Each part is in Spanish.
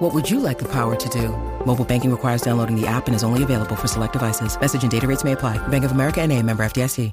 What would you like the power to do? Mobile banking requires downloading the app and is only available for select devices. Message and data rates may apply. Bank of America and a member FDIC.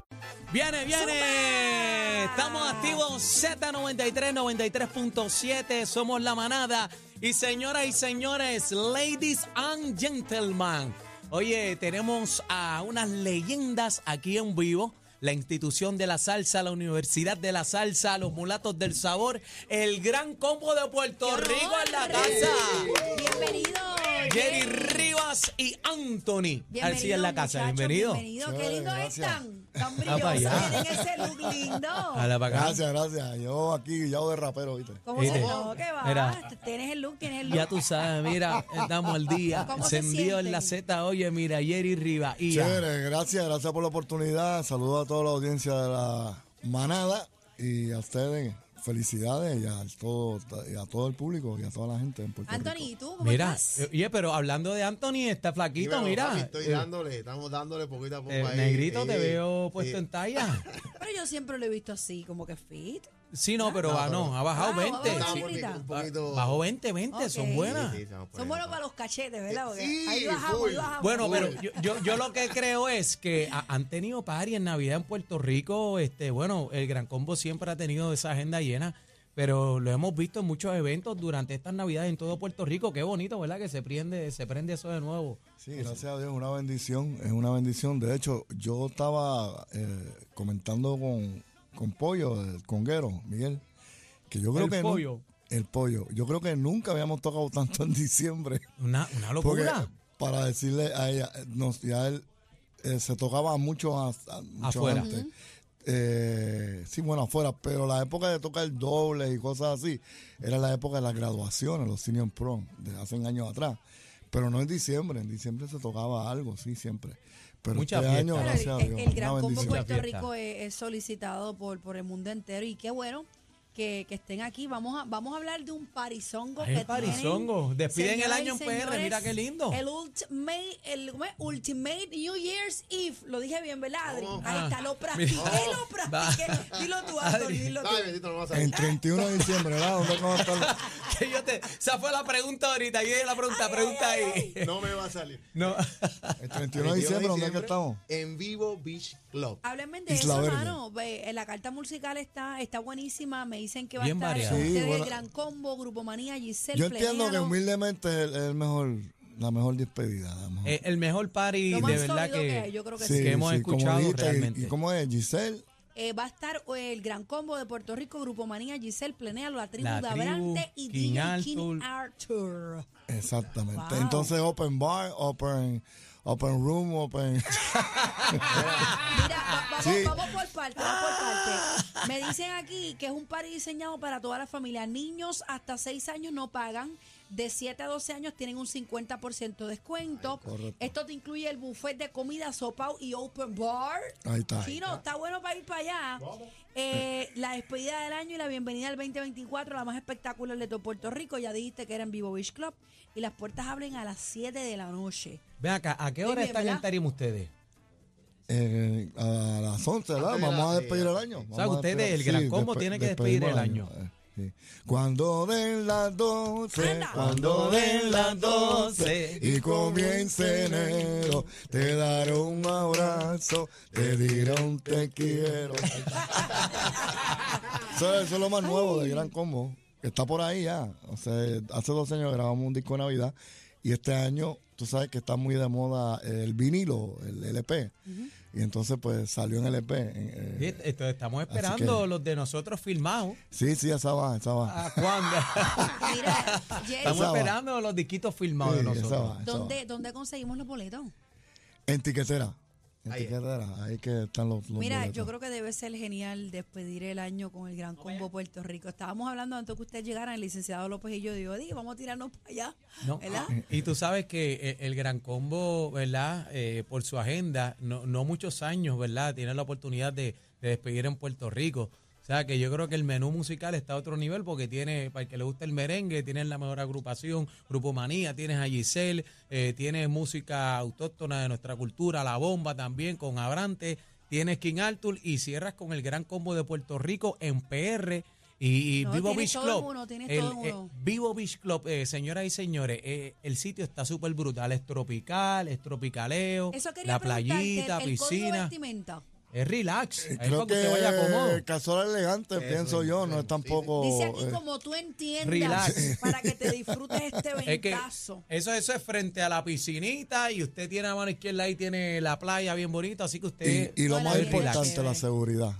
Viene, viene. Estamos activos Z93, 93.7. Somos la manada. Y señoras y señores, ladies and gentlemen. Oye, tenemos a unas leyendas aquí en vivo. La institución de la salsa, la universidad de la salsa, los mulatos del sabor, el gran combo de Puerto Rico en la casa. Bienvenido. eh, Jerry Rivas y Anthony. Así en la casa, muchachos, bienvenido. Bienvenido, qué Chévere, lindos gracias. están. Tan para brillosos, allá. tienen ese look lindo. Hala para acá. Gracias, gracias. Yo aquí ya de rapero, ¿viste? ¿Cómo Mire. se no? ¿Qué va? Mira. Tienes el look, tienes el Ya look. tú sabes, mira, estamos al día. ¿Cómo se Encendido en la sienten? Z, oye, mira, Jerry Rivas. Y ya. Chévere, gracias, gracias por la oportunidad. Saludo a toda la audiencia de la manada y a ustedes. Felicidades y a todo, y a todo el público y a toda la gente en Puerto Anthony, Rico. ¿y tú? ¿Cómo Mira, estás? eh, oye, pero hablando de Anthony, está flaquito, Dímelo, papi, mira. Estoy Eh, dándole, estamos dándole poquito a poco eh, ahí. negrito, te Sí, veo sí. puesto en talla. Pero yo siempre lo he visto así, como que fit. Sí, no, pero va, no, ha Ah, bajado vamos, 20. vamos, Estamos Sí, un chiquita. poquito- un poquito. Bajó 20, 20, son Ok. buenas. Sí, sí, estamos por Son ahí, buenos para papá. los cachetes, ¿verdad? Porque pues, Sí, ahí bajamos, ahí full. bajamos. Bueno, Full. pero yo, yo, yo lo que creo es que ha- han tenido party en Navidad en Puerto Rico. Este, bueno, el Gran Combo siempre ha tenido esa agenda llena, pero lo hemos visto en muchos eventos durante estas Navidades en todo Puerto Rico. Qué bonito, ¿verdad? Que se prende, se prende eso de nuevo. Sí, gracias a Dios, es una bendición, es una bendición. De hecho, yo estaba eh, comentando con, con Pollo, el conguero, Miguel, que yo creo El que... nu- pollo. El pollo. Yo creo que nunca habíamos tocado tanto en diciembre. Una, una Porque locura. para decirle a ella, eh, nos, ya él eh, se tocaba mucho, a- a- mucho Afuera. antes. Eh, sí, bueno, afuera, pero la época de tocar doble y cosas así era la época de las graduaciones, los senior prom, de hace años atrás. Pero no en diciembre, en diciembre se tocaba algo, sí, siempre. Pero Mucha este fiesta. año, Pero Bueno, gracias a el, Dios, el una Gran Combo bendición. Puerto Mucha fiesta. Rico es, es solicitado por, por el mundo entero y qué bueno que, que estén aquí. Vamos a, vamos a hablar de un parizongo Ay, que parizongo. tienen. Despiden el Señoras año y en PR, señores, mira qué lindo. El Ultimate, el, ¿cómo es? Ultimate New Year's Eve. Lo dije bien, ¿verdad, Adri? Ahí está, Ah, lo practiqué, lo practiqué. Dilo tú, Adri, dilo tú. Ay, bendito, no vas a El salir. 31 de diciembre, ¿verdad? ¿Dónde vamos a estar? Que yo te- esa fue la pregunta ahorita. Yo dije la pregunta, pregunta ahí. No me va a salir. No. El 31 de diciembre, ¿dónde es que estamos? En vivo Beach Club. Háblenme de Isla eso, Verde. hermano. La carta musical está, está buenísima. Me dicen que va Bien a estar variada. Sí, ustedes, bueno. el Gran Combo, Grupo Manía, Giselle, Yo entiendo que Plenero. humildemente es el, el mejor, la mejor despedida. la mejor. Eh, el mejor party Lo de más verdad sólido que, que hay, yo creo que que hemos como escuchado dijiste, y- realmente. Y, cómo es, Giselle, Eh, va a estar el Gran Combo de Puerto Rico, Grupo Manía, Giselle Plenea, la tribu La de Tribu, Abrante y King DJ King Arthur. Arthur. exactamente. Wow. Entonces, open bar, open, open room, open. Mira, va- vamos, Sí. Ah. vamos por parte, vamos por parte. Me dicen aquí que es un party diseñado para toda la familia. Niños hasta 6 años no pagan. De 7 a 12 años tienen un 50% de descuento. Esto te incluye el buffet de comida, sopao y open bar. Ahí está. Chino, está. bueno para ir para allá. Eh, la despedida del año y la bienvenida al 2024, la más espectacular de todo Puerto Rico. Ya dijiste que era en Vivo Beach Club. Y las puertas abren a las 7 de la noche. Ven acá, ¿a qué hora Dime, están en ¿verdad? Tarim ustedes? Eh, a las 11, ¿verdad? Antes de Vamos a la- despedir el año. Vamos sea, a ustedes, despedir- el gran combo despe- tiene que despedimos despedir el año. Eh, sí. Cuando den las 12, Anda. cuando den las 12 y comience enero, te daré un abrazo, te diré un te quiero. eso, eso es lo más nuevo del gran combo, que está por ahí ya. O sea, hace dos años grabamos un disco de Navidad y este año, tú sabes que está muy de moda el vinilo, el LP. Y entonces, pues salió en LP. en, eh, Sí, est- esto- estamos esperando los de nosotros filmados. Sí, sí, esa va, esa va. ¿A cuándo? Mira, Jerry, estamos Esa va. esperando los disquitos filmados Sí, de esa nosotros. va, esa va. ¿dónde, ¿dónde conseguimos los boletos? En tiquetera. En Ahí es. Tiquetera, ahí que están los, los Mira, boletos. yo creo que debe ser genial despedir el año con el Gran Combo Puerto Rico. Estábamos hablando antes que ustedes llegaran, el licenciado López y yo, digo, "Di, vamos a tirarnos para allá, No, ah, ¿verdad? ah, Y tú sabes que eh, el Gran Combo, ¿verdad? Eh, por su agenda, no, no muchos años, ¿verdad? Tiene la oportunidad de, de despedir en Puerto Rico. O sea, que yo creo que el menú musical está a otro nivel porque tiene, para el que le gusta el merengue, tienes la mejor agrupación, Grupo Manía, tienes a Giselle, eh, tienes música autóctona de nuestra cultura, La Bomba también con Abrante, tienes King Arthur y cierras con el Gran Combo de Puerto Rico en PR y, y No, Vivo tienes Beach todo Club. en uno, tienes El- todo en eh, uno. Vivo Beach Club, eh, señoras y señores, eh, el sitio está súper brutal, es tropical, es tropicaleo, Eso quería la preguntarte, playita, el, el código de piscina, vestimenta. es relax, Eh, es para creo que usted vaya cómodo. que casual elegante, pienso yo, no es tampoco... Dice aquí eh, como tú entiendas Relax. para que te disfrutes este Es que ventazo. eso, eso es frente a la piscinita y usted tiene a mano izquierda ahí, tiene la playa bien bonita, así que usted... Y, y lo Este, Toda la más vida importante, chévere. la seguridad.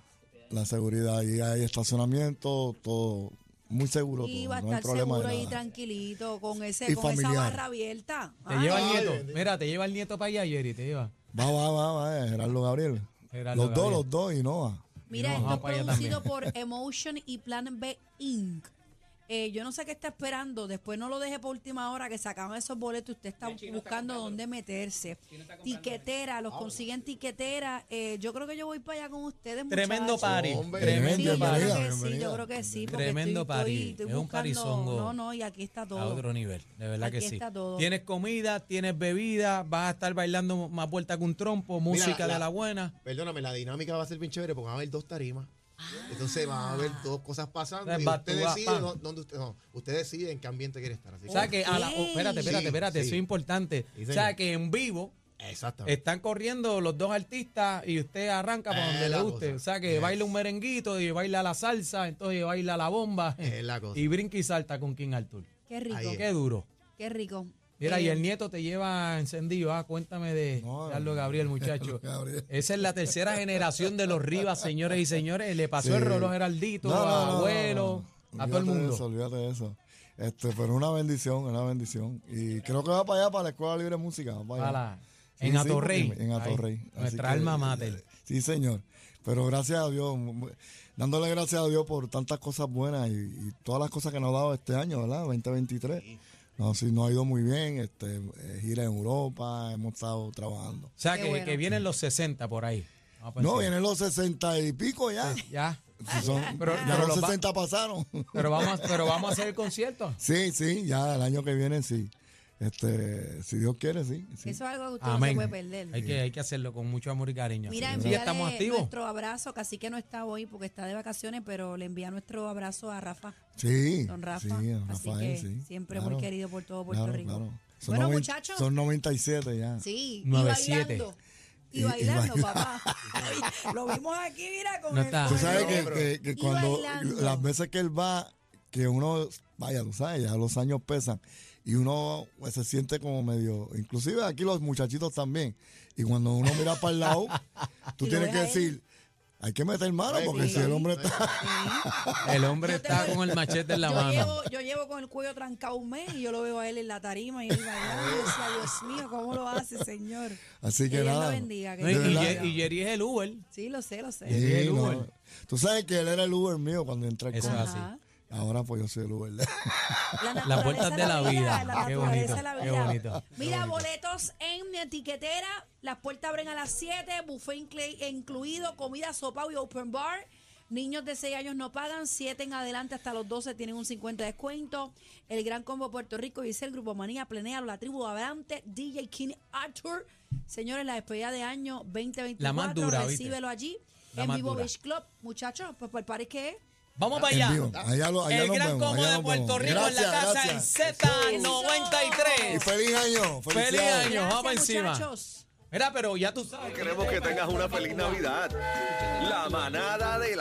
La seguridad. Y hay estacionamiento, todo. Muy seguro. Y todo, va a no hay estar problema de seguro ahí nada. tranquilito con ese Y con esa familiar. barra abierta. Ah, Te Ay, lleva el Ay, nieto, bendito. mira, te lleva el nieto para allá, Jerry, te lleva. Va, va, va, va, eh, Gerardo Gabriel. Gerardo los Gabriel. dos, los dos, y Noah. Y Mira, nos esto es vamos para allá producido por Emotion y Plan B Inc. Eh, yo no sé qué está esperando. Después no lo deje por última hora que sacaban esos boletos. y Usted está buscando dónde meterse. Tiquetera, los consiguen tiquetera. Eh, yo creo que yo voy para allá con ustedes. Tremendo muchachos. party, Hombre. Sí, tremendo yo creo party, bienvenida, que sí, bienvenida. yo creo que sí. porque Tremendo estoy- party. estoy- estoy Es un buscando- parizongo. No, no, y aquí está a todo. otro nivel, de verdad Aquí que sí. está todo. Tienes comida, tienes bebida, vas a estar bailando más vuelta que un trompo, música de la- la buena. Perdóname, la dinámica va a ser bien chévere porque van a haber dos tarimas. Entonces van a haber dos cosas pasando. Ah. Y Back usted to back, decide pam. dó- dónde usted, no, usted decide en qué ambiente quiere estar. Así O sea que a la, oh, espérate, espérate, Sí, espérate, sí. eso es importante. Sí, o sea señor. que en vivo Exactamente. están corriendo los dos artistas y usted arranca para Es donde le la guste. cosa. O sea que Yes. baila un merenguito y baila la salsa, entonces baila la bomba Es la cosa. y brinca y salta con King Arthur. Qué rico, Ahí es. Qué duro. qué rico. Mira, y Eh, el nieto te lleva encendido. Ah, cuéntame de No, Carlos Gabriel, muchacho. Gabriel. Esa es la tercera generación de los Rivas, señores y señores. Le pasó el Sí. rollo a Geraldito, No, no, a no, no, abuelo, no. a todo el Olvídate de mundo. eso, olvídate de eso. Este, pero una bendición, una bendición. Y creo que va para allá, para la Escuela Libre de Música. va para allá. Ala, Sí, en sí, Atorrey. En Atorrey. Ahí, Así Nuestra que, alma eh, mater. Sí, señor. Pero gracias a Dios, mu- mu- dándole gracias a Dios por tantas cosas buenas y, y todas las cosas que nos ha dado este año, ¿verdad? 2023. No, sí, nos ha ido muy bien. Este, eh, gira en Europa, hemos estado trabajando. O sea, Qué que, bueno. que vienen los 60 por ahí. Vamos a pensar. No, vienen los 60 y pico ya. Ya. Si son- Pero- ya pero los los va- 60 pasaron. Pero vamos, pero vamos a hacer el concierto. Sí, sí, ya el año que viene sí. Este, si Dios quiere, sí. sí. Eso es algo que usted Amén. no se puede perder. Hay que, hay que hacerlo con mucho amor y cariño. Mira, Así que envíale estamos activos. nuestro abrazo, casi que no está hoy porque está de vacaciones, pero le envía nuestro abrazo a Rafa, Sí. don Rafa. sí, don así Rafael, que sí, siempre claro, muy querido por todo Puerto claro, Rico. claro. Son Bueno, noven- muchachos, Son 97 ya. sí, y 97. bailando. Y- Y y bailando, bail- papá. Lo vimos aquí, mira, con No el- está. Tú sabes No, que, pero- que- que Y cuando bailando. las veces que él va, que uno, vaya, tú sabes, ya los años pesan y uno pues, se siente como medio, inclusive aquí los muchachitos también. Y cuando uno mira para el lado, tú Y lo tienes ves que a él. decir, hay que meter mano Ay, porque sí. si el hombre está... El hombre Yo te está voy- con el machete en la yo, mano. llevo, yo llevo con el cuello trancado un mes y yo lo veo a él en la tarima y él bailando. Y yo decía, Dios mío, ¿cómo lo hace, señor? Así que Dios lo nada. bendiga, que No, y, Dios de y lo verdad. Ye- bendiga. y Jerry es el Uber. Sí, lo sé, lo sé. Eh, Él es el no. Uber. Tú sabes que él era el Uber mío cuando entré al Eso es colegio. así. Ajá. Ahora pues yo soy el Uber. Las puertas de la vida. la Qué naturaleza bonito, de la qué vida. bonito, qué Mira, bonito. boletos en mi etiquetera. Las puertas abren a las 7. Buffet incl- incluido. Comida, sopa y open bar. Niños de 6 años no pagan. 7 en adelante hasta los 12 tienen un 50 de descuento. El Gran Combo Puerto Rico dice el Grupo Manía, Plenéalo, La Tribu Abrante, DJ King Arthur. Señores, la despedida de año 2024. La más dura, ¿oíste? Recíbelo allí. La en más Vivo dura. Beach Club. Muchachos, pues por pares que es. Vamos para En allá. vivo. Allá lo- allá el nos gran vemos, combo allá de nos Puerto vemos. Rico en la Gracias, casa en Y Z93. feliz año. Feliz felicidades. año. vamos Gracias, encima. muchachos. Mira, pero ya tú sabes. Queremos que tengas una feliz Navidad. La manada de la...